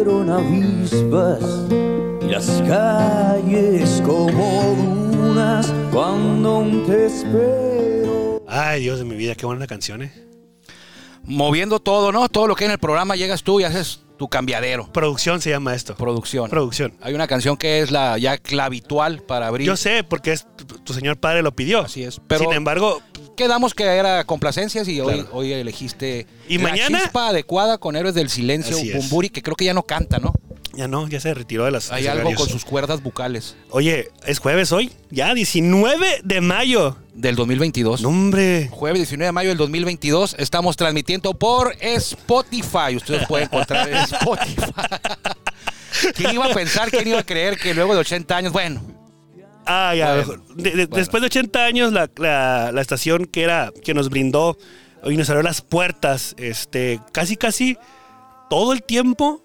eran avispas y las calles como dunas cuando un te espero. Ay, Dios de mi vida, qué buena canción, eh. Moviendo todo, ¿no? Todo lo que hay en el programa llegas tú y haces tu cambiadero. Producción se llama esto. Producción. Producción. Hay una canción que es la ya la habitual para abrir. Yo sé, porque es tu, tu señor padre lo pidió. Así es, pero- Sin embargo, Quedamos que era complacencias y hoy, Claro. hoy elegiste ¿Y la mañana? chispa adecuada con Héroes del Silencio, Así es. Bumburi, que creo que ya no canta, ¿no? ya no, ya se retiró de las. Hay de algo escenarios. con sus cuerdas bucales Oye, ¿es jueves hoy? Ya, 19 de mayo. del 2022. No, hombre. Jueves 19 de mayo del 2022 estamos transmitiendo por Spotify. Ustedes pueden encontrar en Spotify. ¿Quién iba a pensar, quién iba a creer que luego de 80 años, bueno, Ah, ya. Bueno, de- de- Después de 80 años, la, la- la estación que era que nos brindó y nos abrió las puertas, este, casi, casi todo el tiempo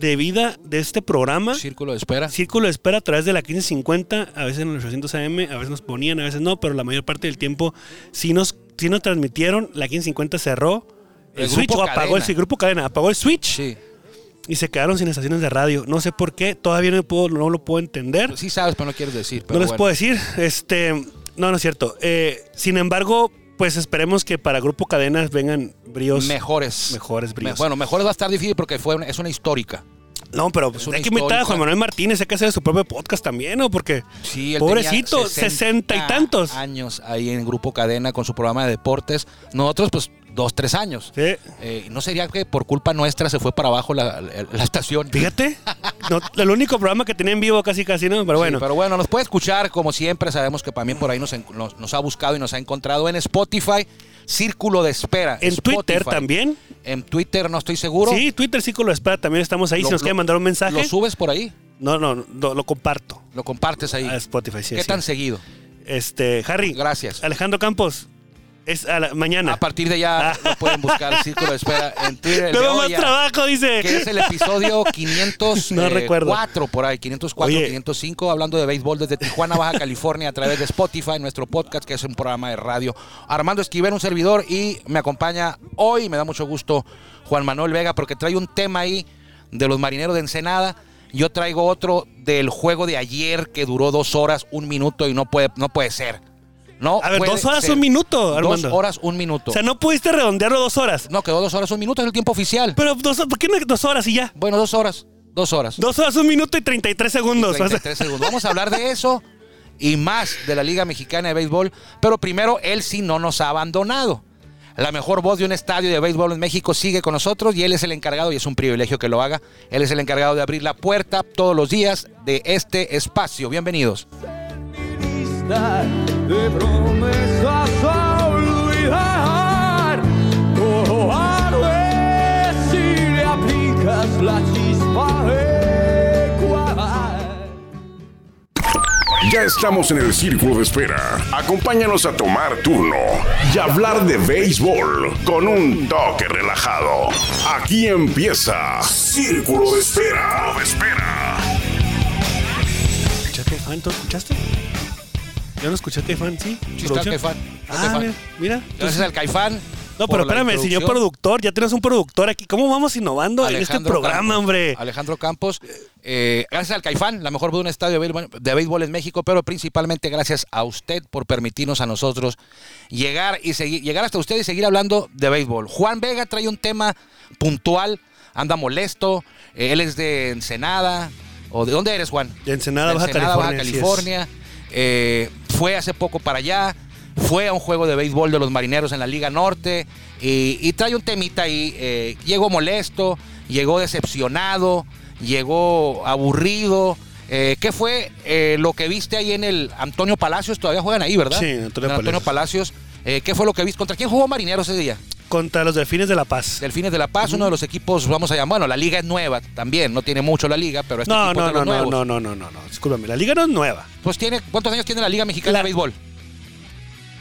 de vida de este programa. círculo de espera. Círculo de espera a través de la 1550, a veces en los 800 AM, a veces nos ponían, a veces no, pero la mayor parte del tiempo sí nos, sí nos transmitieron. La 1550 cerró el, El switch grupo o apagó el cadena. sí, grupo cadena, apagó el switch Sí, y se quedaron sin estaciones de radio. No sé por qué, todavía no, puedo, no lo puedo entender. Pues sí sabes, pero no quieres decir. No pero les bueno. puedo decir. Este, no, no es cierto. Eh, sin embargo, pues esperemos que para Grupo Cadenas vengan bríos. Mejores. Mejores bríos. Me- bueno, mejores va a estar difícil porque fue una- es una histórica. no, pero pues, es una hay que invitar a histórica. Juan Manuel Martínez, hay que hacer su propio podcast también, ¿no? Porque Sí, él pobrecito, tenía sesenta y tantos. años ahí en Grupo Cadena con su programa de deportes. Nosotros, pues, dos, tres años. Sí. Eh, ¿No sería que por culpa nuestra se fue para abajo la, la- la estación? Fíjate, no, el único programa que tenía en vivo casi casi, ¿no? Pero Sí, bueno. pero bueno, nos puede escuchar como siempre. Sabemos que también por ahí nos, en- nos- nos ha buscado y nos ha encontrado en Spotify, Círculo de Espera. en Spotify. Twitter también. En Twitter no estoy seguro. Sí, Twitter sí que lo espera, también estamos ahí. Lo- si nos lo- quieren mandar un Lo mensaje. subes por ahí, No, no, lo, lo comparto lo compartes ahí. a Spotify, sí. ¿Qué sí. tan seguido? Este, Harry. Gracias. Alejandro Campos. Es a la- mañana. A partir de ya lo pueden buscar Círculo de Espera en Twitter. el de Tengo hoy, más ya, trabajo, Que dice. es el episodio 504 No recuerdo. por ahí, 504, Oye. 505, hablando de béisbol desde Tijuana, Baja California, a través de Spotify, nuestro podcast, que es un programa de radio. Armando Esquivel, un servidor, y me acompaña hoy, me da mucho gusto, Juan Manuel Vega, porque trae un tema ahí de los marineros de Ensenada. Yo traigo otro del juego de ayer que duró dos horas, un minuto y no puede, no puede ser. No A ver, puede dos horas, ser. un minuto, Armando. Dos horas, un minuto. O sea, no pudiste redondearlo dos horas. No, quedó dos horas, un minuto, es el tiempo oficial. Pero, dos, ¿por qué no dos horas y ya? Bueno, dos horas, dos horas. Dos horas, un minuto y 33 segundos. 33 segundos. Vamos a hablar de eso y más de la Liga Mexicana de Béisbol, pero primero él sí no nos ha abandonado. La mejor voz de un estadio de béisbol en México sigue con nosotros y él es el encargado, y es un privilegio que lo haga, él es el encargado de abrir la puerta todos los días de este espacio. Bienvenidos. Lista de promesas a olvidar. Todo arde si le aplicas la chispa ecuador. Ya estamos en el círculo de espera. Acompáñanos a tomar turno y hablar de béisbol con un toque relajado. Aquí empieza Círculo de Espera. De espera. ¿Escuchaste, fan? ¿Tú escuchaste? Yo no escuché que fan, sí. está ¿Producción? Caifán, está Ah, Caifán. mira, mira. Entonces al Caifán. No, por pero la espérame, señor introducción. productor, ya tenemos un productor aquí. ¿Cómo vamos innovando en este Alejandro programa, Campos. hombre? Alejandro Campos, eh, gracias al Caifán, la mejor voz de un estadio de béisbol, de béisbol en México, pero principalmente gracias a usted por permitirnos a nosotros llegar y seguir, llegar hasta usted y seguir hablando de béisbol. Juan Vega trae un tema puntual, anda molesto, eh, él es de Ensenada, o de dónde eres, Juan? De Ensenada, Baja California, así es. California. Eh, fue hace poco para allá, fue a un juego de béisbol de los marineros en la Liga Norte y, y trae un temita ahí. eh, llegó molesto, llegó decepcionado, llegó aburrido. Eh, ¿Qué fue eh, lo que viste ahí en el Antonio Palacios? Todavía juegan ahí, ¿verdad? Sí, en Antonio En Palacios. Eh, ¿Qué fue lo que viste? ¿Contra quién jugó Marineros ese día? Contra los delfines de La Paz. Delfines de La Paz, uno de los equipos, vamos a llamar, bueno, la liga es nueva también, no tiene mucho la liga, pero este No, equipo no, de los no, no, nuevos. no, no, no, no, no. Discúlpame, la liga no es nueva. Pues tiene, ¿cuántos años tiene la Liga Mexicana La- de Béisbol?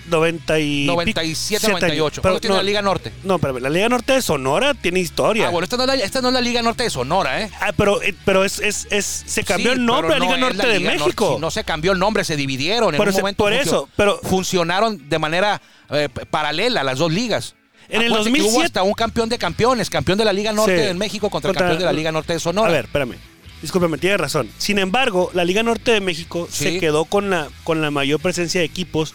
90 y... 97, 98. Pero ¿Cuánto tiene la Liga Norte? No, espérame, la Liga Norte de Sonora tiene historia. Ah, bueno, esta no, es la, esta no es la Liga Norte de Sonora, ¿eh? Ah, pero, eh, pero es, es, es, se cambió Sí, el nombre a pero no Liga es Norte la de Liga Norte. México. Sí, no se cambió el nombre, se dividieron. en Pero un se- momento por eso, pero- funcionaron de manera eh, p- paralela las dos ligas. En el Acuérdate que hubo 2007. hasta un campeón de campeones, campeón de la Liga Norte Sí. de México contra, Contra- campeón de la Liga Norte de Sonora. A ver, espérame. Discúlpame, tienes razón. Sin embargo, la Liga Norte de México Sí. se quedó con la, con la mayor presencia de equipos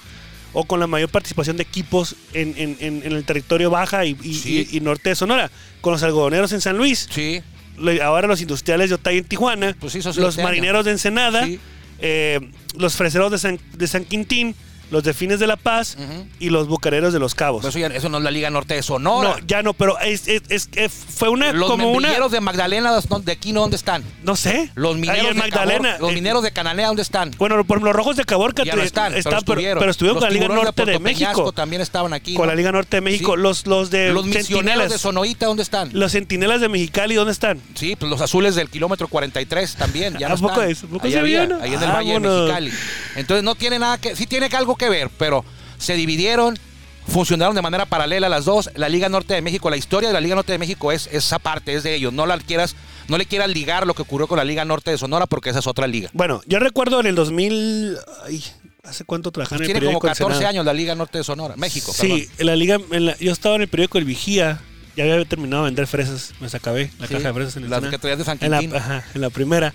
o con la mayor participación de equipos en, en- en- en el territorio baja y, y- Sí. y- y norte de Sonora, con los algodoneros en San Luis, Sí, le- ahora los industriales de Otay en Tijuana, Pues sí, son los siete marineros de Ensenada, Sí. eh, los freseros de San, de San Quintín, los delfines de La Paz Ujú. Pues y los bucareros de Los Cabos. pero eso, ya- eso no es la Liga Norte de Sonora. no, ya no, pero es, es- es que fue una los como una mineros de Magdalena, ¿dónde- ¿de aquí no dónde están? no sé. Los Ahí mineros, en de, Magdalena. Cabor- los eh, mineros de Cananea, ¿dónde están? Bueno, por los rojos de Caborca Ya no están, pero estuvieron. estuvieron Los con la Liga tiburones Norte de, Puerto Peñasco México. también estaban aquí. Con ¿no? la Liga Norte de México. Sí. Los, los de Los misioneros Centinelas. de Sonoita, ¿dónde están? Los centinelas de Mexicali, ¿dónde están? Sí, pues los azules del kilómetro 43 también, ya no ¿A poco están. es? ¿A poco ahí se había, vio, no? ahí en el Valle de Vámonos. Mexicali. Entonces no tiene nada que, sí tiene algo que ver, pero se dividieron, funcionaron de manera paralela las dos. La Liga Norte de México, la historia de la Liga Norte de México es esa parte, es de ellos. No la quieras, no le quieras ligar lo que ocurrió con la Liga Norte de Sonora porque esa es otra liga. Bueno, yo recuerdo en el 2000. ay, ¿Hace cuánto trabajaba en el Pues Tiene como periódico? El 14 Senado? años la Liga Norte de Sonora, México. Sí, en la Liga. en la- yo estaba en el periódico El Vigía. Ya había terminado de vender fresas. Me acabé la Sí, caja de fresas en el las Senado. que traías de San en la, Quintín. ajá, en la primera.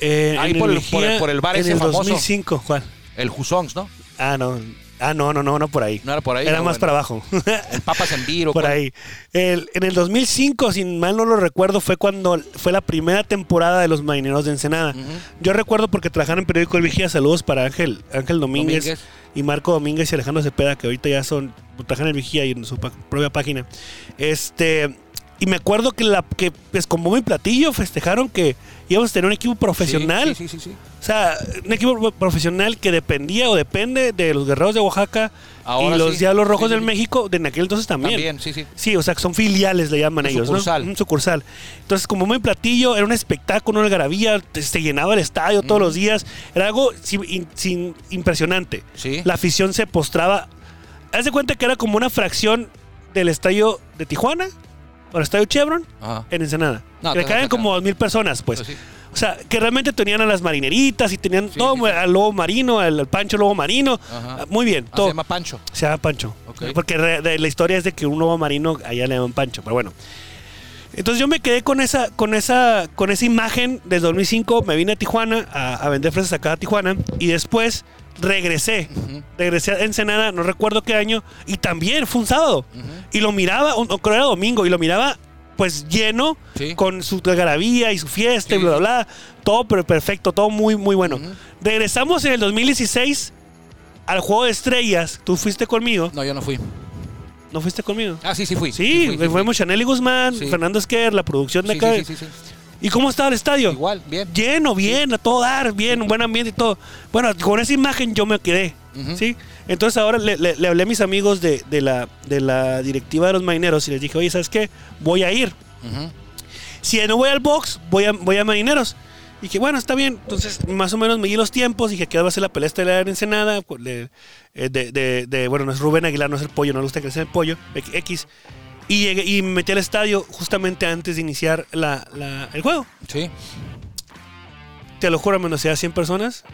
Eh, Ahí en por el- Vigía, por el- por el bar En ese el famoso. 2005, ¿cuál? perdón. El Jusons, ¿no? Ah, no. Ah, no, no, no, no por ahí. No era por ahí, Era no, más bueno. para abajo. El Papa Sendiro. por ahí. El- en el 2005, sin mal no lo recuerdo, fue cuando fue la primera temporada de los Marineros de Ensenada. Yo recuerdo porque trabajaron en periódico El Vigía. Saludos para Ángel, Ángel Domínguez, Domínguez. y Marco Domínguez y Alejandro Cepeda, que ahorita ya son pues, trabajan en El Vigía y en su pa- propia página. Este y me acuerdo que la que pues, con bombo y platillo festejaron que íbamos a tener un equipo profesional. Sí, sí, sí, sí. O sea, un equipo profesional que dependía o depende de los guerreros de Oaxaca Ahora y los sí. Diablos Rojos Sí, sí, del sí. México, de en aquel entonces también. También, sí, sí. Sí, o sea, que son filiales, le llaman Un ellos, sucursal. ¿no? Un sucursal. Entonces, como muy platillo, era un espectáculo, una algarabía, te- se llenaba el estadio todos los días. Era algo sin- in- sin- impresionante. Sí. La afición se postraba. Haz de cuenta que era como una fracción del estadio de Tijuana o el estadio Chevron Ajá. en Ensenada. No, que le te- caen te- como dos mil personas, pues. Pues sí. O sea, que realmente tenían a las marineritas y tenían Sí, todo, sí, sí. al lobo marino, al, al pancho lobo marino. Ajá. Muy bien, Ah, se todo. llama Pancho. Se llama Pancho. Ok. Porque re- de- la historia es de que un lobo marino allá le llaman Pancho, pero bueno. Entonces yo me quedé con esa, con esa, con esa imagen del 2005. Me vine a Tijuana a, a vender fresas acá a Tijuana y después regresé. Regresé a Ensenada, no recuerdo qué año, y también fue un sábado. Y lo miraba, o- o creo era domingo, y lo miraba pues lleno Sí. con su algarabía y su fiesta y Sí. bla, bla, bla. Todo per- perfecto, todo muy, muy bueno. Ujú. Regresamos en el 2016 al juego de estrellas. Tú fuiste conmigo. No, yo no fui. ¿No fuiste conmigo? Ah, sí, sí fui. Sí, fui, sí fuimos Chanel y Guzmán, Sí. Fernando Esquer, la producción de fui. Sí, acá. sí, sí, sí, sí. ¿Y cómo estaba el estadio? Igual, bien. Lleno, bien, a todo dar, bien, un buen ambiente y todo. Bueno, con esa imagen yo me quedé, Ujú. ¿sí? Entonces ahora le, le- le hablé a mis amigos de, de la, de la directiva de los marineros y les dije, oye, ¿sabes qué? Voy a ir. Ujú. Si no voy al box, voy a, voy a Marineros. Y dije, bueno, está bien. Entonces, más o menos me di los tiempos. Dije, que va a ser la pelea estelar en Ensenada. pues, De, eh, de- de- de- bueno, no es Rubén Aguilar, no es el pollo, no le gusta crecer el pollo. X. Y, llegué, y me metí al estadio justamente antes de iniciar la- la- el juego. Sí. Te lo juro, menos sea 100 personas.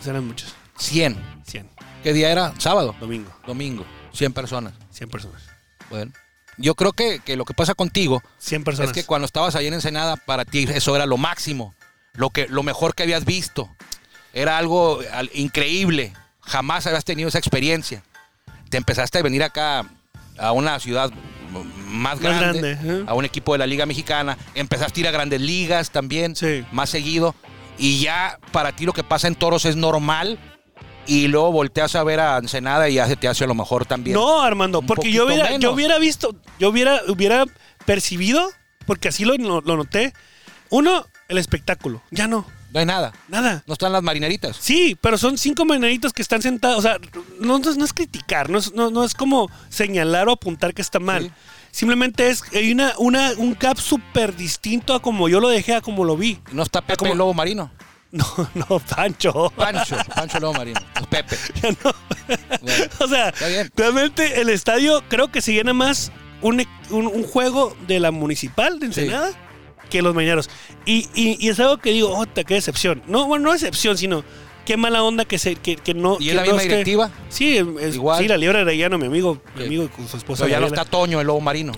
Serán muchos. 100. 100. ¿Qué día era? Sábado. Domingo. Domingo. 100 personas. 100 personas. Bueno. Yo creo que, que lo que pasa contigo 100 personas. es que cuando estabas ahí en Ensenada, para ti eso era lo máximo. Lo, que, lo mejor que habías visto. Era algo al- increíble. Jamás habías tenido esa experiencia. Te empezaste a venir acá a una ciudad Más más grande, grande, ajá. a un equipo de la Liga Mexicana. Empezaste a ir a grandes ligas también, Sí. más seguido. Y ya para ti lo que pasa en toros es normal. Y luego volteas a ver a Ensenada y ya se te hace a lo mejor también. No, Armando, Un porque yo poquito hubiera, yo menos. hubiera visto, yo hubiera, hubiera percibido, porque así lo, lo- lo noté. Uno, el espectáculo. Ya no, No hay nada. nada. No están las marineritas. Sí, pero son cinco marineritos que están sentados. O sea, no, no es- no es criticar, no es, no, no es como señalar o apuntar que está mal. Sí. Simplemente es hay una, una, un cap súper distinto a como yo lo dejé, a como lo vi. No está Pepe como- el Lobo Marino. No, no, Pancho. Pancho, Pancho el Lobo Marino. No, Pepe. Ya no. Bueno, O sea, Está bien. realmente el estadio creo que se llena más un, e- un- un juego de la municipal de Sí. Ensenada que los marineros. Y, y- y es algo que digo, ¡oh, qué decepción! No, bueno, no decepción, sino qué mala onda que se que, que no. ¿Y que es la no misma directiva? Sí, es- Igual. sí, la Liebra Arellano, mi amigo, mi Sí. amigo con su esposa. Pero ya no Gabriela. está Toño, el lobo marino.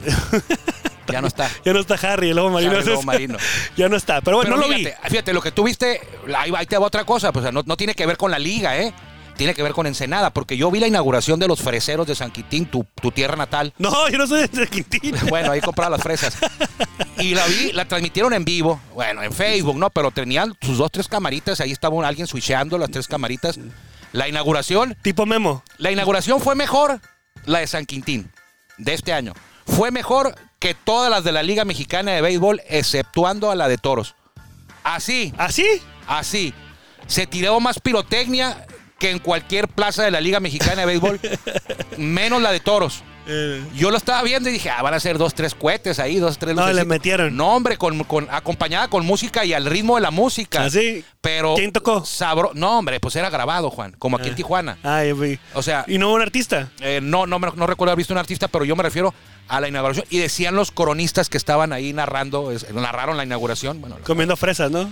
ya no está. Ya no está Harry, el lobo marino. Harry, el lobo es- marino. ya no está. Pero bueno, Pero no lo fíjate, Fíjate, lo que tú viste, ahí, va- ahí te va otra cosa. Pues, o sea, no, no tiene que ver con la liga, ¿eh? Tiene que ver con Ensenada, porque yo vi la inauguración de los freseros de San Quitín, tu, tu tierra natal. vi. No, yo no soy de San Quintín. Bueno, ahí compraba las fresas. Y la vi, la transmitieron en vivo, bueno, en Facebook, ¿no? Pero tenían sus dos, tres camaritas, ahí estaba un- alguien switcheando las tres camaritas. La inauguración, tipo Memo. la inauguración fue mejor, la de San Quintín, de este año. Fue mejor que todas las de la Liga Mexicana de Béisbol, exceptuando a la de Toros. Así, ¿Así? así. Se tiró más pirotecnia que en cualquier plaza de la Liga Mexicana de Béisbol, menos la de Toros. Yo lo estaba viendo y dije, ah, van a ser dos, tres cohetes ahí, dos, tres No, le lucecitas. metieron. No, hombre, con, con- acompañada con música y al ritmo de la música. ¿Así? Pero. Ah, ¿Quién tocó? Ah. sabro- no, hombre, pues era grabado, Juan, como aquí en Tijuana. Ay, güey. O sea, ¿Y no un artista? eh, no, no, me- no recuerdo haber visto un artista, pero yo me refiero a la inauguración. Y decían los cronistas que estaban ahí narrando, es- narraron la inauguración. Bueno, Comiendo fresas, ¿no?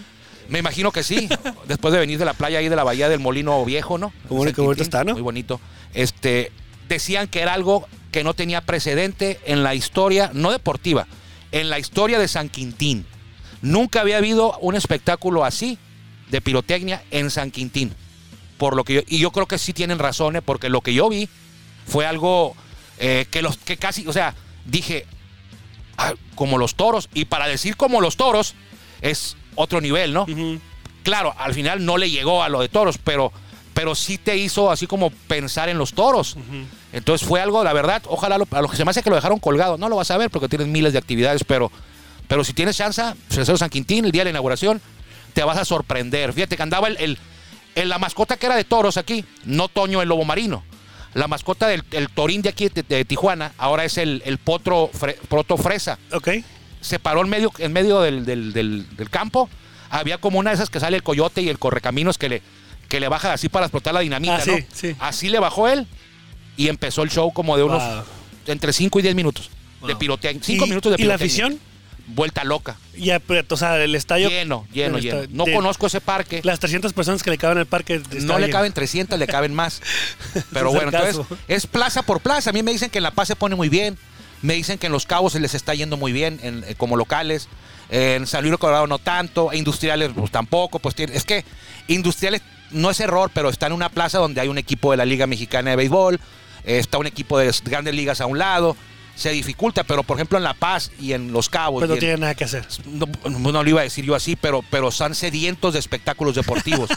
me imagino que sí. Después de venir de la playa ahí de la bahía del Molino Viejo, ¿no? Qué bueno, qué bonito está, ¿no? Muy bonito. Este, decían que era algo que no tenía precedente en la historia, no deportiva, en la historia de San Quintín. Nunca había habido un espectáculo así de pirotecnia en San Quintín. Por lo que yo- y yo creo que sí tienen razones, porque lo que yo vi fue algo eh, que los que casi, o sea, dije, "Ah, como los toros. Y para decir como los toros es otro nivel, ¿no? Ujú. Claro, al final no le llegó a lo de toros, pero, pero sí te hizo así como pensar en los toros. Entonces fue algo, la verdad, ojalá lo- a los que se me hace que lo dejaron colgado. No lo vas a ver porque tienes miles de actividades, pero, pero si tienes chance, Cesaro San Quintín, el día de la inauguración, te vas a sorprender. Fíjate que andaba el, el- el- la mascota que era de toros aquí, no Toño el Lobo Marino. La mascota del el torín de aquí de, de Tijuana, ahora es el, el potro, fre- proto fresa Ok. se paró en medio, en medio del, del- del- del campo. Había como una de esas que sale el coyote y el correcaminos que le, que le baja así para explotar la dinamita, Ah, sí, ¿no? sí. Así le bajó él y empezó el show como de unos Wow. entre 5 y 10 minutos de Wow. pirotecnia. 5 ¿Y- minutos de y la pirotecnia. afición? Vuelta loca. Y aprieto, o sea, el estadio. Lleno, lleno, el lleno. estadio- No de- conozco ese parque. Las 300 personas que le caben al parque. No le caben 300, le caben más. Pero Es bueno, el entonces caso. es plaza por plaza. A mí me dicen que en La Paz se pone muy bien. Me dicen que en Los Cabos se les está yendo muy bien en- eh, como locales. En San Luis Río Colorado no tanto. E Industriales pues, tampoco. Pues, tiene- es que Industriales no es error, pero está en una plaza donde hay un equipo de la Liga Mexicana de Béisbol. eh, está un equipo de s- grandes ligas a un lado. Se dificulta, pero por ejemplo en La Paz y en Los Cabos. Pues no y en- tiene nada que hacer. no, no- no lo iba a decir yo así, pero, pero están sedientos de espectáculos deportivos.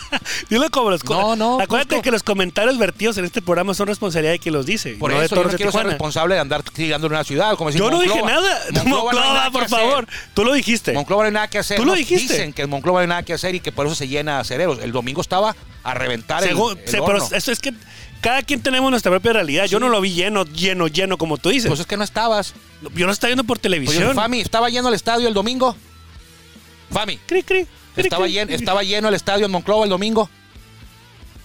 Dilo como los. co- No, no, Acuérdate Cusco. que los comentarios vertidos en este programa son responsabilidad de quien los dice. Por no de eso yo Toros no de quiero ser Tijuana. responsable de andar tirando en una ciudad. Como decir, Yo no dije Monclova. nada. Monclova, no hay nada que por hacer. favor. Tú lo dijiste. Monclova no hay nada que hacer. Tú lo ¿no? dijiste. Dicen que en Monclova no hay nada que hacer y que por eso se llena a cerebros. El domingo estaba a reventar el- Según- el, se- horno. pero eso es que cada quien tenemos nuestra propia realidad. Yo no lo vi lleno, lleno, lleno, como tú dices. Pues es que no estabas. yo lo estaba viendo por Pues, televisión. Fami, ¿estaba lleno el estadio el domingo? Fami, Cri, cri, cri, ¿estaba cri. lleno, ¿estaba lleno el estadio en Monclova el domingo?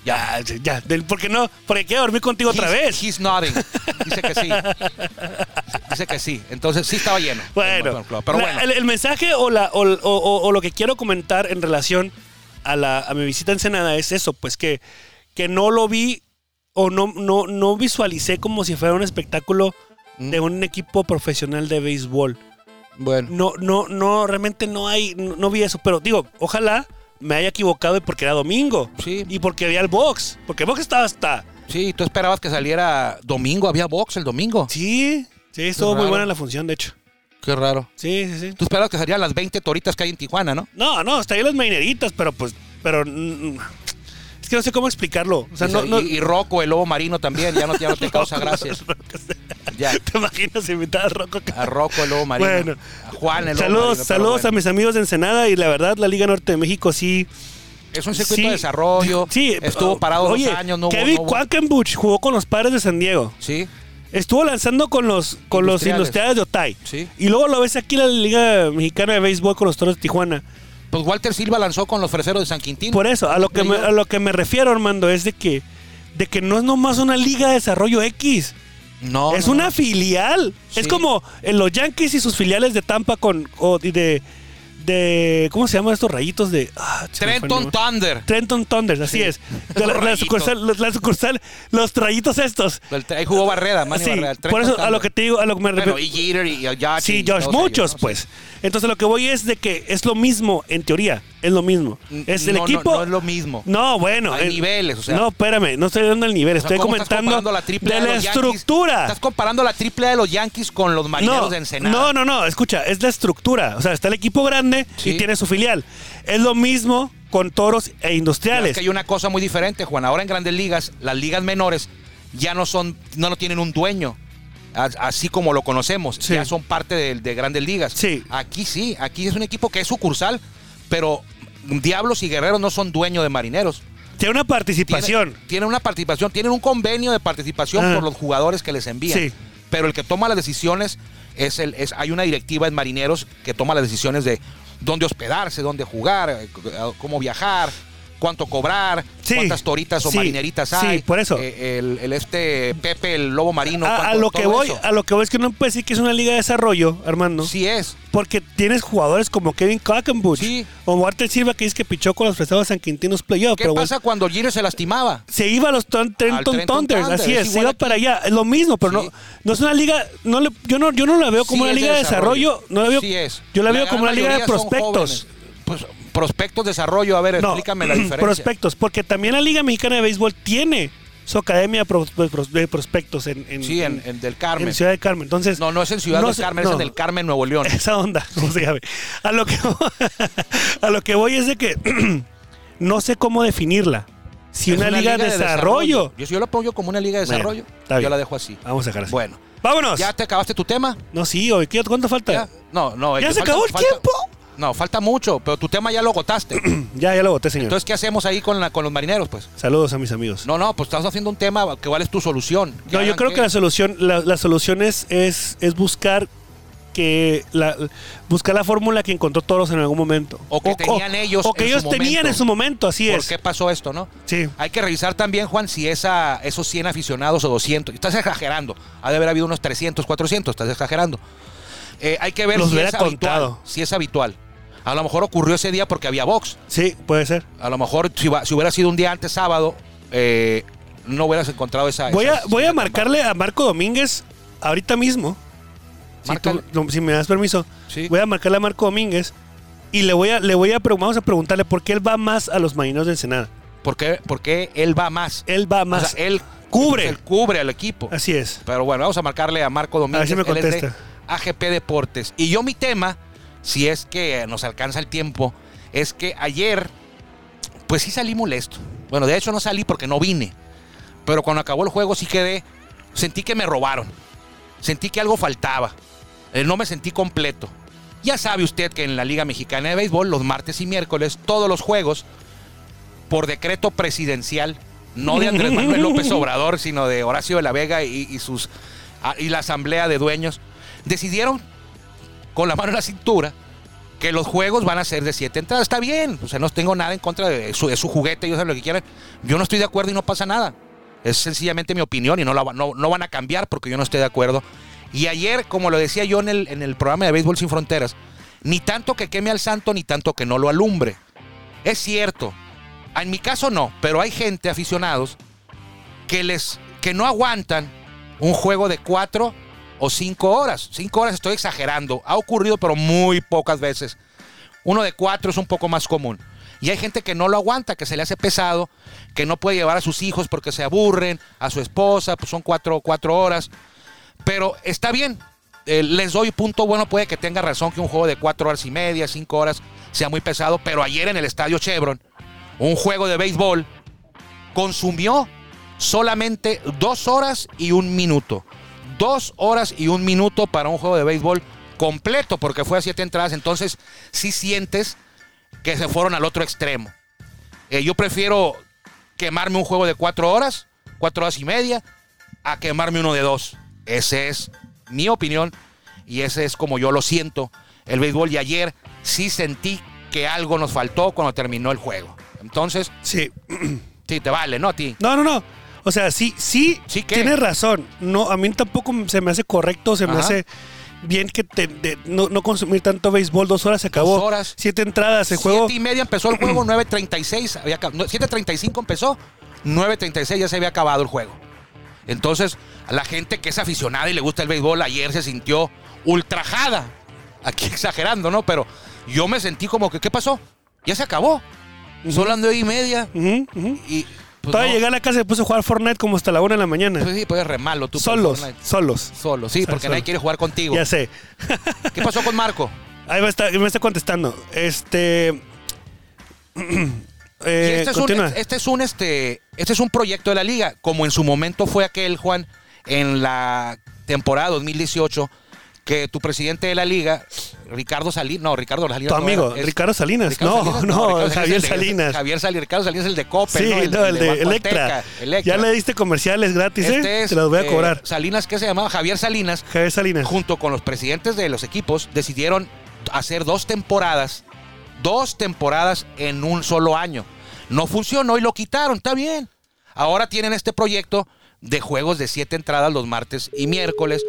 Ya, ya. del- porque no, porque quiero dormir contigo otra He's- vez. He's nodding. Dice que sí. Dice que sí. Entonces sí estaba lleno. Bueno, pero la- bueno. el, el mensaje o, la, o, o- o- o lo que quiero comentar en relación a, la, a mi visita a Ensenada es eso, pues que, que no lo vi o no, no, no visualicé como si fuera un espectáculo Mm. de un equipo profesional de béisbol. bueno. No, no, no, realmente no hay, no, no vi eso, pero digo, ojalá me haya equivocado y porque era domingo. Sí. Y porque vi al box, porque el box estaba hasta... Sí, tú esperabas que saliera domingo, había box el domingo. Sí, sí, estuvo muy raro. buena la función, de hecho. Qué raro. Sí, sí, sí. Tú esperabas que salieran las 20 toritas que hay en Tijuana, ¿no? No, no, hasta ahí las maineritas, pero pues, pero mm, es que no sé cómo explicarlo. O sea, y, no, no- y Rocco, el lobo marino también, ya no, ya no te causa gracias. Ya, Ah, te imaginas invitar a Rocco. a Rocco, el lobo marino. Bueno. A Juan, el lobo saludos, marino, pero saludos a bueno. mis amigos de Ensenada y la verdad la Liga Norte de México sí Es un circuito sí, de desarrollo. Sí, oh, Estuvo parado oye, dos años, no hubo- Kevin no hubo- Quackenbush jugó con los Padres de San Diego. Sí, Estuvo lanzando con los con Industriales. los industriales de Otay. Sí. Y luego lo ves aquí en la Liga Mexicana de Béisbol con los Toros de Tijuana. pues Walter Silva lanzó con los freseros de San Quintín. Por eso, a lo que me, a lo que me refiero, Armando, es de que de que no es nomás una liga de desarrollo X. Oh, No, es no, una no. filial. Sí. Es como eh, los Yankees y sus filiales de Tampa con o de, de, de ¿cómo se llaman estos rayitos de ah, se me fue el Trenton nombre? Thunder. Trenton Thunders, así es. De la, la Rayitos. sucursal, los- la sucursal, los trayitos estos. El- Ahí jugó Barreda, Manny Sí, Barreda. el por Trenton eso a lo Thunder. que te digo, a lo que me Bueno, refiero- y Jeter y y Josh. Sí, y Josh, Ah, todos muchos, ellos, ¿no? pues. Entonces lo que voy es de que es lo mismo, en teoría, es lo mismo. N- Es el no, no, equipo. no es lo mismo. No, bueno. Hay eh, niveles, o sea. No, espérame, no estoy dando el nivel, O sea, estoy ¿cómo estás comentando comparando la triple de A la los Yankees? estructura. Estás comparando la triple A de los Yankees con los marineros No, de Ensenada. no, no, no, escucha, es la estructura. O sea, está el equipo grande Sí. y tiene su filial. Es lo mismo con toros e Pero industriales. Es que hay una cosa muy diferente, Juan. Ahora en grandes ligas, las ligas menores ya no son, no, no tienen un dueño. a- Así como lo conocemos, Sí. ya son parte de, de grandes ligas. Sí. Aquí sí, aquí es un equipo que es sucursal, pero Diablos y Guerreros no son dueños de Marineros. Tiene una participación. Tienen, tienen una participación, tienen un convenio de participación Ah. por los jugadores que les envían. Sí. Pero el que toma las decisiones es el. Es, hay una directiva en Marineros que toma las decisiones de dónde hospedarse, dónde jugar, eh, c- eh, cómo viajar, cuánto cobrar, Sí. cuántas toritas o Sí. marineritas Sí, hay. por eso. eh, el, el este Pepe, el lobo marino. a, a cuánto- lo que todo voy, eso. a lo que voy es que no puedes decir que es una liga de desarrollo, Armando. Sí es. Porque tienes jugadores como Kevin Cockenbush Sí. o Walter Silva que dice que pichó con los prestados San Quintinos playoff. ¿Qué pero pasa bueno, cuando Giro se lastimaba? se iba a los Tren- Trenton Trenton Thunders, Thunders, así es es, se igual iba aquí. para allá, es lo mismo, pero Sí. no no es una liga, no le- yo no yo no la veo como Sí una es liga de desarrollo, no la veo, Sí es. yo la veo gran como una liga de mayoría son prospectos. jóvenes. Pues prospectos, desarrollo, a ver, No, explícame la diferencia. prospectos, porque también la Liga Mexicana de Béisbol tiene su academia pro- pro- pro- de prospectos en, en- Sí, en, en del Carmen. en Ciudad del Carmen. Entonces, No, no es en Ciudad no del sé- Carmen, es no. en del Carmen, Nuevo León. esa onda, ¿cómo se llame? A lo que, a lo que voy es de que no sé cómo definirla. Si Es una, liga, de desarrollo. Yo, yo la pongo como una liga de Bueno, desarrollo. está Yo bien. Ah, la dejo así. Vamos a dejar así. Bueno, Vámonos. ¿ya te acabaste tu tema? No, sí, hoy, ¿qué- ¿cuánto ¿Ya? falta? No, no. ¿Ya eh, se acabó el tiempo? No, falta mucho, pero tu tema ya lo agotaste. Ya, ya, lo voté, señor. Entonces, ¿qué hacemos ahí con, la, con los marineros, pues? Saludos a mis amigos. No, No, no, pues estás haciendo un tema que cuál es tu solución. ¿Que yo hagan creo qué? que la solución, la, la solución es, es, es buscar que la, buscar la fórmula que encontró Toros en algún momento. O que tenían ellos O que en ellos su tenían momento. en su momento, así ¿Por es. qué pasó esto, no? Sí. Hay que revisar también, Juan, si esa, esos 100 aficionados o 200, estás exagerando, ha de haber habido unos 300, 400, estás exagerando. Eh, hay que ver Los si hubiera es habitual, contado. si es habitual. A lo mejor ocurrió ese día porque había box. Sí, puede ser. A lo mejor si, va- si hubiera sido un día antes sábado, eh, no hubieras encontrado esa... Voy a, esas- voy a marcarle a Marco Domínguez ahorita mismo. Si, tú- Márcale. no, si me das permiso, Sí. voy a marcarle a Marco Domínguez y le voy a, le voy a, pre- vamos a preguntarle por qué él va más a los marinos de Ensenada. ¿Por qué, por qué él va más? Él va O más. sea, él cubre. Él cubre al equipo. Así es. Pero bueno, vamos a marcarle a Marco Domínguez. A ver si me él es de contesta. AGP Deportes. Y yo mi tema, si es que nos alcanza el tiempo, es que ayer, pues sí salí molesto. Bueno, de hecho no salí porque no vine. Pero cuando acabó el juego sí quedé, sentí que me robaron. Sentí que algo faltaba. Eh, no me sentí completo. Ya sabe usted que en la Liga Mexicana de Béisbol, los martes y miércoles, todos los juegos, por decreto presidencial, no de Andrés Manuel López Obrador, sino de Horacio de la Vega y, y sus, a- y la Asamblea de Dueños, decidieron con la mano en la cintura que los juegos van a ser de siete entradas. Está bien, o sea, no tengo nada en contra de su, de su juguete, ellos saben lo que quieran. Yo no estoy de acuerdo y no pasa nada. Es sencillamente mi opinión y no, la va- no, no van a cambiar porque yo no estoy de acuerdo. Y ayer, como lo decía yo en el, en el programa de Béisbol Sin Fronteras, ni tanto que queme al santo, ni tanto que no lo alumbre. Es cierto. En mi caso no, pero hay gente, aficionados, que, les, que no aguantan un juego de cuatro o cinco horas. Cinco horas estoy exagerando. Ha ocurrido, pero muy pocas veces. Uno de cuatro es un poco más común. Y hay gente que no lo aguanta, que se le hace pesado, que no puede llevar a sus hijos porque se aburren, a su esposa, pues son cuatro, cuatro horas. Pero está bien. Eh, les doy punto bueno, puede que tenga razón que un juego de cuatro horas y media, cinco horas, sea muy pesado. Pero ayer en el Estadio Chevron, un juego de béisbol consumió solamente dos horas y un minuto. Dos horas y un minuto para un juego de béisbol completo, porque fue a siete entradas. Entonces, sí sientes que se fueron al otro extremo. Eh, yo prefiero quemarme un juego de cuatro horas, cuatro horas y media, a quemarme uno de dos. Esa es mi opinión y ese es como yo lo siento. El béisbol de ayer sí sentí que algo nos faltó cuando terminó el juego. Entonces, Sí. sí, te vale, ¿no? A ti. No, no, no. O sea, sí, sí, Sí, ¿qué? tienes razón. No, a mí tampoco se me hace correcto, se me Ajá. hace bien que te- de- no, no consumir tanto béisbol. Dos horas se acabó. Dos horas. Siete entradas. El juego. Siete y media empezó el juego, 9.36. había acab- no, 7.35 empezó, 9.36 ya se había acabado el juego. Entonces, a la gente que es aficionada y le gusta el béisbol, ayer se sintió ultrajada. Aquí exagerando, ¿no? Pero yo me sentí como que, ¿qué pasó? Ya se acabó. Son las nueve y media Ujú, ujú. y... pues, Todavía no. llegué a la casa y me puse a jugar Fortnite como hasta la una de la mañana. Pues sí, puedes remarlo tú. pero solos, Fortnite. solos. Solo, sí, porque Solo. nadie quiere jugar contigo. Ya sé. ¿Qué pasó con Marco? Ahí va a estar- me está contestando. Este. Y eh, este, es un, continúa. este es un este este es un proyecto de la liga, como en su momento fue aquel Juan en la temporada 2018 que tu presidente de la liga, Ricardo Salinas, no, Ricardo Salinas. Tu no amigo, era, es- Ricardo Salinas. No, no, Ricardo Javier es el de- Salinas. Javier Salinas, Ricardo Salinas es el de Copa, sí, ¿no? no, el, de Banco Electra. Azteca, Electra. Ya le diste comerciales gratis, Este ¿eh? es, Te las voy a eh, cobrar. Salinas, ¿qué se llamaba? Javier Salinas, Javier Salinas. junto con los presidentes de los equipos, decidieron hacer dos temporadas, dos temporadas en un solo año. No funcionó y lo quitaron, está bien. Ahora tienen este proyecto de juegos de siete entradas los martes y miércoles.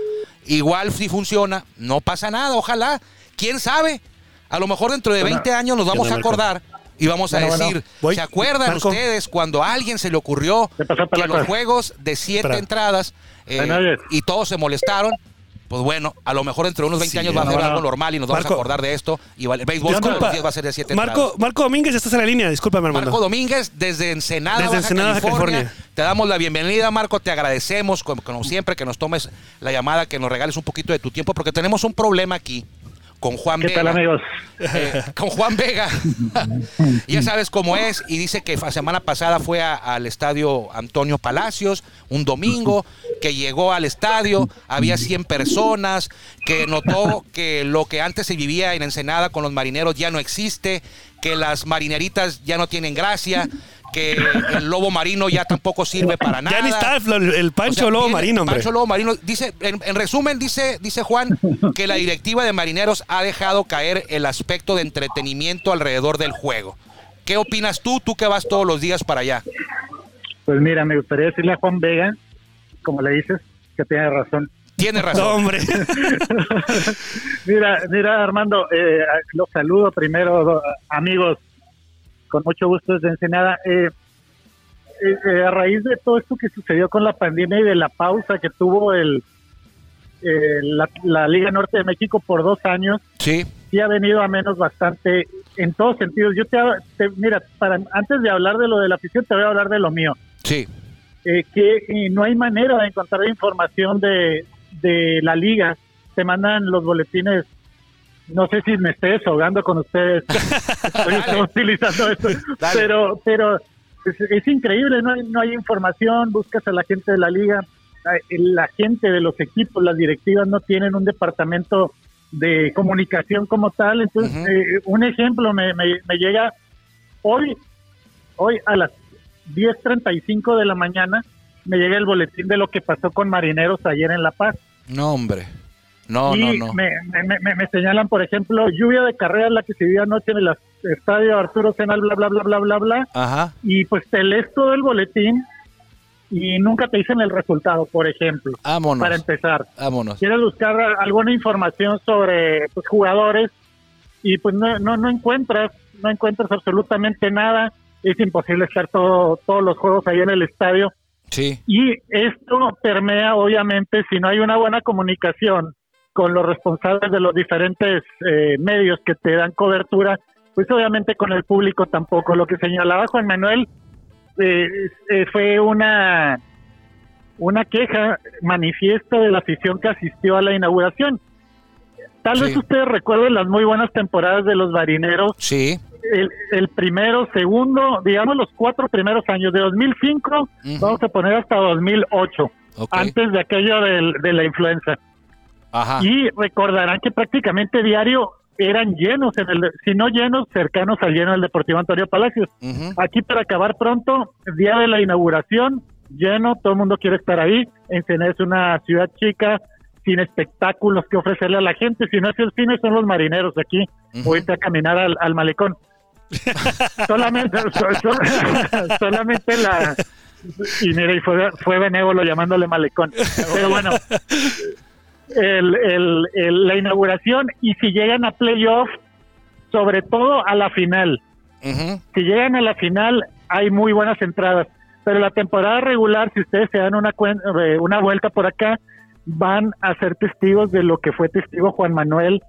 Igual si funciona, no pasa nada, ojalá. ¿Quién sabe? A lo mejor dentro de 20 años nos vamos a Marco? acordar y vamos a Bueno, bueno. decir, Voy, ¿se acuerdan Marco. ustedes cuando a alguien se le ocurrió ¿Qué pasó, que Pelaco? los juegos de siete Espera. entradas eh, Ahí me oyes. y todos se molestaron. Pues bueno, a lo mejor dentro de unos 20 Sí, años va a no, ser no. algo normal y nos vamos Marco. a acordar de esto. Y va- el béisbol todos Disculpa, los días va a ser de 7 Marco, Marco Domínguez, estás en la línea. Discúlpame, hermano. Marco Domínguez, desde Ensenada, Desde Baja Ensenada, Baja California. California. Te damos la bienvenida, Marco. Te agradecemos, como, como siempre, que nos tomes la llamada, que nos regales un poquito de tu tiempo, porque tenemos un problema aquí con Juan ¿Qué Vega. tal, amigos? Eh, con Juan Vega. ya sabes cómo es. Y dice que la semana pasada fue a- al estadio Antonio Palacios, un domingo, que llegó al estadio, había 100 personas, que notó que lo que antes se vivía en Ensenada con los marineros ya no existe, que las marineritas ya no tienen gracia, que el lobo marino ya tampoco sirve para nada. Ya ni está el, el- el O Pancho sea, Lobo viene Marino, hombre. Pancho Lobo Marino dice, en, en resumen, dice, dice Juan que la directiva de Marineros ha dejado caer el aspecto de entretenimiento alrededor del juego. ¿Qué opinas tú, tú que vas todos los días para allá? Pues mira, me gustaría decirle a Juan Vega, como le dices, que tiene razón. Tienes No, razón. hombre. Mira, mira, Armando, eh, los saludo primero, do- amigos, con mucho gusto desde Ensenada. Eh, eh, eh, a raíz de todo esto que sucedió con la pandemia y de la pausa que tuvo el, eh, la, la Liga Norte de México por dos años, Sí, sí ha venido a menos bastante en todos sentidos. Yo te, ha- te- mira, para, antes de hablar de lo de la afición, te voy a hablar de lo mío. sí. eh, que eh, no hay manera de encontrar información de, de la liga. Te mandan los boletines. No sé si me estoy desahogando con ustedes. Estoy Dale. utilizando esto. Dale. Pero, pero es, es increíble. No hay, no hay información. Buscas a la gente de la liga. Ay, La gente de los equipos, las directivas no tienen un departamento de comunicación como tal. Entonces, Ujú. eh, un ejemplo me, me- me llega hoy, hoy a las 10.35 de la mañana, me llega el boletín de lo que pasó con Marineros ayer en La Paz. No, hombre. No, y no, no. Me, me- me- me señalan, por ejemplo, lluvia de carreras la que se dio anoche en el as- estadio Arturo Senal, bla, bla, bla, bla, bla, bla. Ajá. Y pues te lees todo el boletín y nunca te dicen el resultado, por ejemplo, para Vámonos. empezar Vámonos. quieres buscar a- alguna información sobre pues, jugadores y pues no, no, no encuentras, no encuentras absolutamente nada. Es imposible estar todo, todos los juegos ahí en el estadio. Sí. Y esto permea, obviamente, si no hay una buena comunicación con los responsables de los diferentes eh, medios que te dan cobertura, pues obviamente con el público tampoco. Lo que señalaba Juan Manuel eh, eh, fue una, una queja manifiesta de la afición que asistió a la inauguración. Tal vez Sí. ustedes recuerden las muy buenas temporadas de los marineros Sí. el, el primero, segundo, digamos los cuatro primeros años, de 2005, Ujú. vamos a poner hasta 2008, Ok. antes de aquello del- de la influenza. Ajá. Y recordarán que prácticamente diario eran llenos, en el, si no llenos, cercanos al lleno del Deportivo Antonio Palacios. Ujú. Aquí para acabar pronto, día de la inauguración, lleno, todo el mundo quiere estar ahí. Ensenada es una ciudad chica, sin espectáculos que ofrecerle a la gente. Si no es el cine, son los marineros de aquí. Ujú. Voy a caminar al, al malecón. solamente, so- so- solamente la... Y mira, y fue, fue benévolo llamándole malecón. Pero bueno, el- el- el- la inauguración y si llegan a playoff, sobre todo a la final. Ujú. Si llegan a la final, hay muy buenas entradas. Pero la temporada regular, si ustedes se dan una, cuen- eh, una vuelta por acá, van a ser testigos de lo que fue testigo Juan Manuel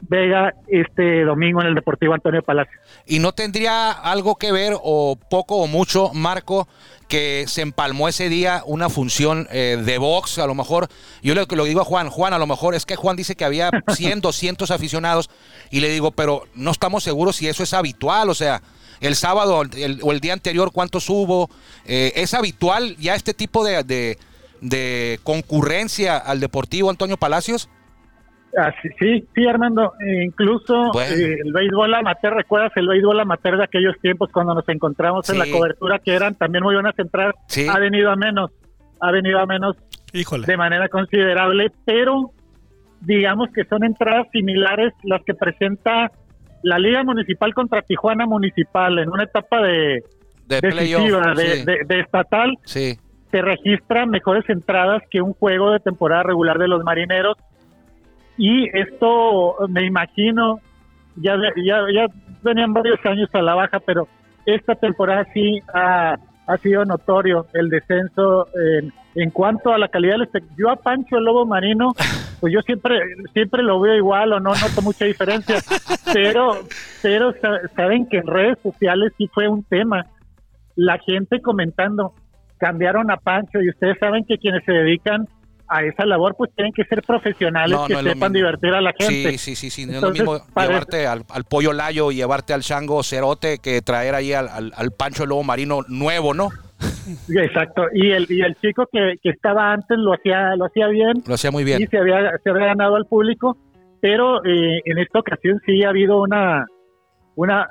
Vega este domingo en el Deportivo Antonio Palacio. Y no tendría algo que ver, o poco o mucho, Marco, que se empalmó ese día una función eh, de box, a lo mejor. Yo le lo digo a Juan, Juan, a lo mejor es que Juan dice que había 100, 200 aficionados, y le digo, pero no estamos seguros si eso es habitual, o sea, el sábado el- o el día anterior, ¿cuántos hubo? Eh, ¿Es habitual ya este tipo de, de- de concurrencia al Deportivo Antonio Palacios? Así, sí, sí, Armando. eh, incluso Bueno. eh, el béisbol amateur, ¿recuerdas el béisbol amateur de aquellos tiempos cuando nos encontramos en la Sí. cobertura que eran también muy buenas entradas? Sí. Ha venido a menos, ha venido a menos Híjole. de manera considerable, pero digamos que son entradas similares las que presenta la Liga Municipal contra Tijuana Municipal en una etapa de De decisiva, playoff, de, sí, de- de estatal, sí. se registran mejores entradas que un juego de temporada regular de los marineros. Y esto, me imagino, ya, ya, ya venían varios años a la baja, pero esta temporada sí ha, ha sido notorio el descenso en, en cuanto a la calidad del espectáculo. Yo a Pancho el Lobo Marino, pues yo siempre siempre lo veo igual o no noto mucha diferencia, pero, pero sa- saben que en redes sociales sí fue un tema. La gente comentando, cambiaron a Pancho y ustedes saben que quienes se dedican a esa labor pues tienen que ser profesionales No, que no es lo sepan mismo. divertir a la gente. Sí, sí, sí, sí. No Entonces, es lo mismo parece- llevarte al, al pollo layo y llevarte al chango cerote que traer ahí al, al, al pancho lobo marino nuevo, ¿no? Exacto, y el, y el chico que, que estaba antes lo hacía lo hacía bien, Lo hacía muy bien. y se había, se había ganado al público, pero eh, en esta ocasión sí ha habido una, una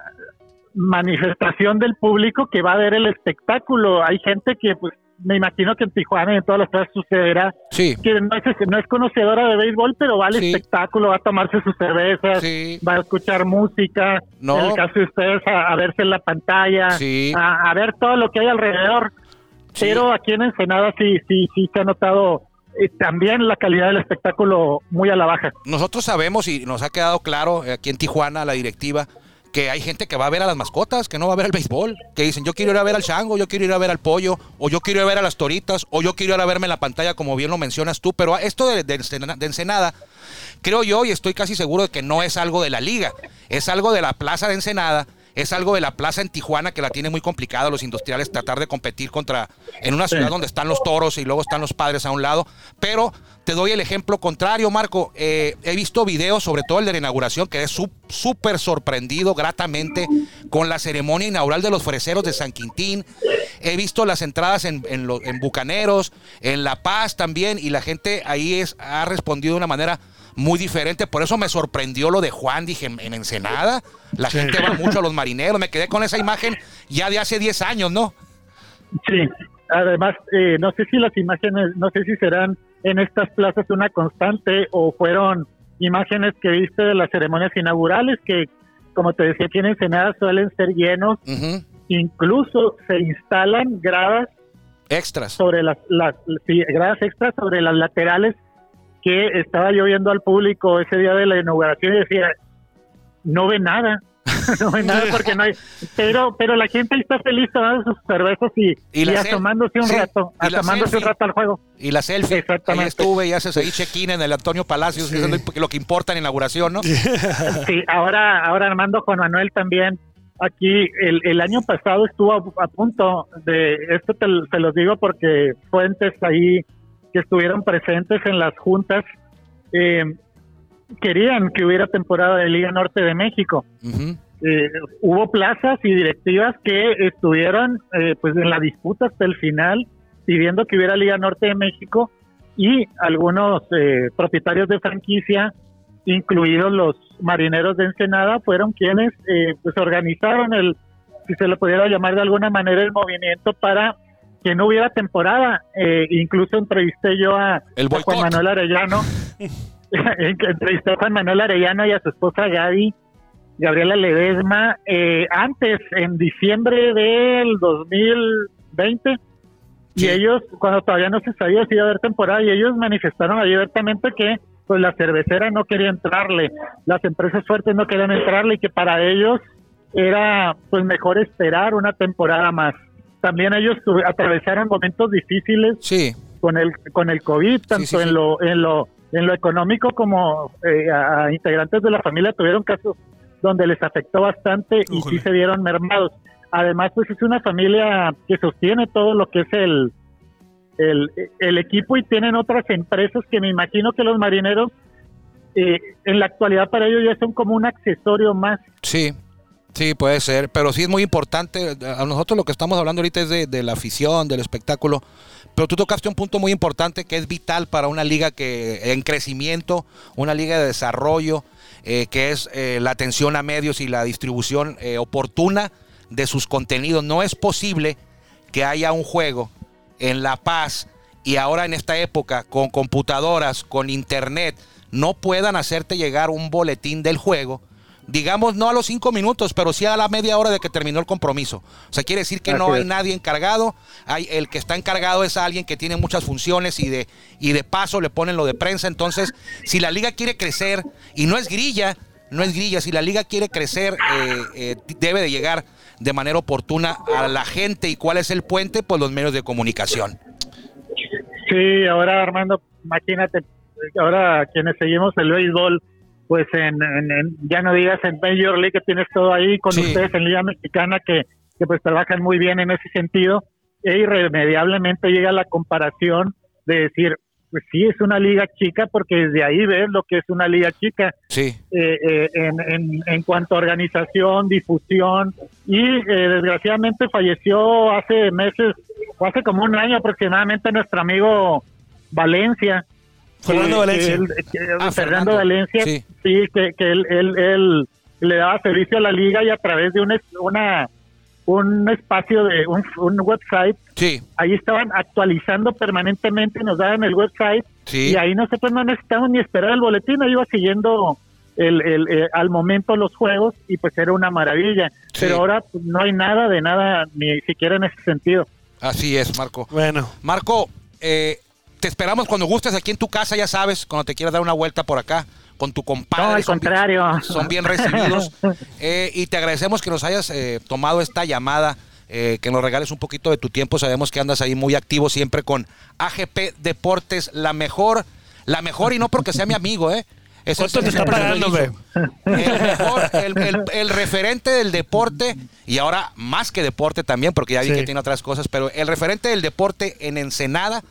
manifestación del público que va a ver el espectáculo. Hay gente que, pues, me imagino que en Tijuana y en todas las ciudades sucederá, Sí, que no es, no es conocedora de béisbol, pero va al Sí. espectáculo, va a tomarse sus cervezas, sí. va a escuchar música, No. en el caso de ustedes a, a verse en la pantalla, Sí. a, a ver todo lo que hay alrededor. Sí. Pero aquí en Ensenada sí, sí, sí se ha notado eh, también la calidad del espectáculo muy a la baja. Nosotros sabemos y nos ha quedado claro eh, aquí en Tijuana, la directiva, que hay gente que va a ver a las mascotas, que no va a ver al béisbol, que dicen yo quiero ir a ver al chango, yo quiero ir a ver al pollo, o yo quiero ir a ver a las toritas, o yo quiero ir a verme en la pantalla, como bien lo mencionas tú. Pero esto de, de Ensenada- de Ensenada, creo yo y estoy casi seguro de que no es algo de la liga, es algo de la plaza de Ensenada, es algo de la plaza en Tijuana que la tiene muy complicada los industriales tratar de competir contra en una ciudad donde están los toros y luego están los padres a un lado, pero te doy el ejemplo contrario, Marco, Eh, he visto videos, sobre todo el de la inauguración, que es súper sorprendido gratamente con la ceremonia inaugural de los freseros de San Quintín, he visto las entradas en, en lo- en Bucaneros, en La Paz también, y la gente ahí es, ha respondido de una manera muy diferente. Por eso me sorprendió lo de Juan, dije, en en Ensenada, la gente va mucho a los marineros. Me quedé con esa imagen ya de hace 10 años, ¿no? Sí. Además, eh, no sé si las imágenes, no sé si serán en estas plazas una constante o fueron imágenes que viste de las ceremonias inaugurales que, como te decía, aquí en Ensenada suelen ser llenos, Ujú. incluso se instalan gradas Extras. sobre las, las sí, gradas extras sobre las laterales que estaba yo viendo al público ese día de la inauguración y decía no ve nada no ve nada porque no hay pero pero la gente ahí está feliz tomando sus cervezas y, Y la y sel- asomándose un sí, rato y la asomándose un selfie. rato al juego Y la selfie. Ahí Exactamente. estuve y haces ahí check-in en el Antonio Palacios, que es lo que importa en la inauguración, ¿no? sí ahora ahora Armando Juan Manuel también aquí el, el año pasado estuvo a, a punto de esto te, se los digo porque fuentes ahí que estuvieron presentes en las juntas eh, querían que hubiera temporada de Liga Norte de México. Ujú. Eh, hubo plazas y directivas que estuvieron eh, pues en la disputa hasta el final pidiendo que hubiera Liga Norte de México y algunos eh, propietarios de franquicia, incluidos los marineros de Ensenada, fueron quienes eh, pues organizaron el, si se lo pudiera llamar de alguna manera, el movimiento para que no hubiera temporada. Eh, incluso entrevisté yo a, El a Juan boicot. Manuel Arellano, entrevisté a Juan Manuel Arellano y a su esposa Gaby. Gabriela Ledesma, eh, antes, en diciembre del 2020, Y ellos, cuando todavía no se sabía si iba a haber temporada, y ellos manifestaron abiertamente que pues la cervecera no quería entrarle, las empresas fuertes no querían entrarle y que para ellos era pues mejor esperar una temporada más. También ellos tuve- atravesaron momentos difíciles Sí, con el con el COVID, tanto sí, sí. en lo en lo en lo económico como eh, a, a integrantes de la familia tuvieron casos donde les afectó bastante y Híjole. sí se vieron mermados. Además, pues es una familia que sostiene todo lo que es el el, el equipo y tienen otras empresas que me imagino que los marineros eh, en la actualidad para ellos ya son como un accesorio más. sí. Sí, puede ser, pero sí es muy importante. A nosotros lo que estamos hablando ahorita es de, de la afición, del espectáculo, pero tú tocaste un punto muy importante que es vital para una liga que en crecimiento, una liga de desarrollo, eh, que es eh, la atención a medios y la distribución eh, oportuna de sus contenidos. No es posible que haya un juego en La Paz y ahora en esta época con computadoras, con internet, no puedan hacerte llegar un boletín del juego. Digamos, no a los cinco minutos, pero sí a la media hora de que terminó el compromiso. O sea, quiere decir que no Así hay es. nadie encargado. Hay, el que está encargado es alguien que tiene muchas funciones y de, y de paso le ponen lo de prensa. Entonces, si la liga quiere crecer, y no es grilla, no es grilla, si la liga quiere crecer, eh, eh, debe de llegar de manera oportuna a la gente. ¿Y cuál es el puente? Pues los medios de comunicación. Sí, ahora Armando, imagínate, ahora quienes seguimos el béisbol, pues en, en- en- ya no digas en Major League que tienes todo ahí con Sí. ustedes en Liga Mexicana que, que pues trabajan muy bien en ese sentido, e irremediablemente llega la comparación de decir, pues sí, es una liga chica porque desde ahí ves lo que es una liga chica Sí, eh, eh, en, en- en cuanto a organización, difusión, y eh, desgraciadamente falleció hace meses, o hace como un año aproximadamente, nuestro amigo Valencia. Fernando que- Valencia. que él- Ah, que- Fernando, Fernando. Valencia, Sí. sí, que, que él, él- él le daba servicio a la liga y a través de un, es- una, un espacio, de un, un website, sí, ahí estaban actualizando permanentemente, nos daban el website sí. y ahí nosotros no necesitamos ni esperar el boletín, ahí iba siguiendo el, el- eh, al momento los juegos y pues era una maravilla. Sí. Pero ahora pues, no hay nada de nada, ni siquiera en ese sentido. Así es, Marco. Bueno, Marco, eh, te esperamos cuando gustes aquí en tu casa, ya sabes, cuando te quieras dar una vuelta por acá con tu compadre. No, al Son bien- contrario. son bien recibidos. Eh, y te agradecemos que nos hayas eh, tomado esta llamada, eh, que nos regales un poquito de tu tiempo. Sabemos que andas ahí muy activo siempre con AGP Deportes, la mejor, la mejor y no porque sea mi amigo, ¿eh? Eso ¿Cuánto es- te está siempre lo pagando, he dicho. El mejor, el, el- el referente del deporte, y ahora más que deporte también, porque ya vi Sí. que tiene otras cosas, pero el referente del deporte en Ensenada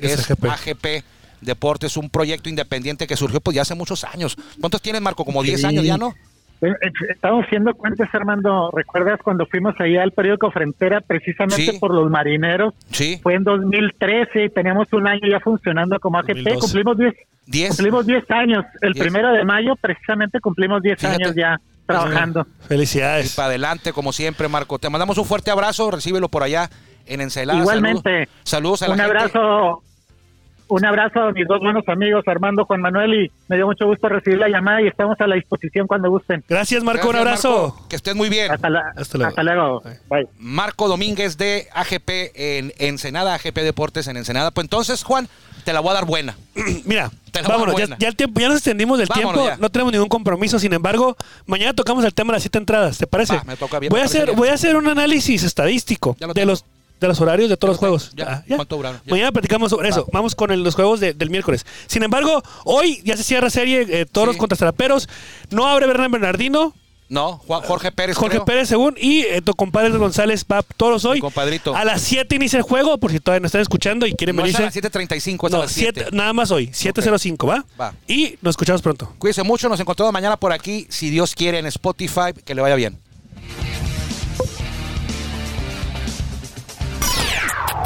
es, Es AGP. AGP Deportes, un proyecto independiente que surgió pues ya hace muchos años. ¿Cuántos tienes, Marco? Como 10 Sí. años ya, ¿no? Eh, eh, Estamos haciendo cuentas, Armando. ¿Recuerdas cuando fuimos allá al periódico Frontera precisamente Sí. por los marineros? Sí, Fue en 2013 y teníamos un año ya funcionando como AGP. 2012. Cumplimos 10 10. cumplimos 10 años. El Diez. primero de mayo precisamente cumplimos 10 Fíjate. años ya trabajando. Y felicidades. para adelante, como siempre, Marco. Te mandamos un fuerte abrazo, recíbelo por allá en Encelada. Igualmente. Saludos, Saludos a la un gente. abrazo un abrazo a mis dos buenos amigos Armando Juan Manuel y me dio mucho gusto recibir la llamada y estamos a la disposición cuando gusten Gracias, Marco, un Gracias, abrazo. Marco. que estés muy bien. hasta, la- Hasta luego. hasta luego bye Marco Domínguez de AGP en Ensenada, AGP Deportes en Ensenada. Pues entonces, Juan, te la voy a dar buena. Mira, Te la voy a vámonos, dar ya, buena. ya el tiempo, ya nos extendimos del Vámonos tiempo, ya. no tenemos ningún compromiso, sin embargo, mañana tocamos el tema de las siete entradas, ¿te parece? Va, me toca bien, voy, a me parece hacer, bien. voy a hacer un análisis estadístico Ya lo de tengo. los de los horarios de todos los juegos. tengo, ya. Ah, ¿Cuánto duraron? Ya. Mañana platicamos sobre eso. Vamos con el- los juegos de- del miércoles. Sin embargo, hoy ya se cierra serie eh, Toros Sí. contra Zaraperos. No abre Bernard Bernardino, No, Juan- Jorge Pérez. Jorge creo. Pérez según y eh, tu compadre González va a Toros hoy. compadrito. A las 7 inicia el juego, por si todavía no están escuchando y quieren No es venirse. a las 7.35, es a No, las siete- 7. nada más hoy, 705, ¿va? Va. Y nos escuchamos pronto. Cuídense mucho, nos encontramos mañana por aquí, si Dios quiere, en Spotify. Que le vaya bien.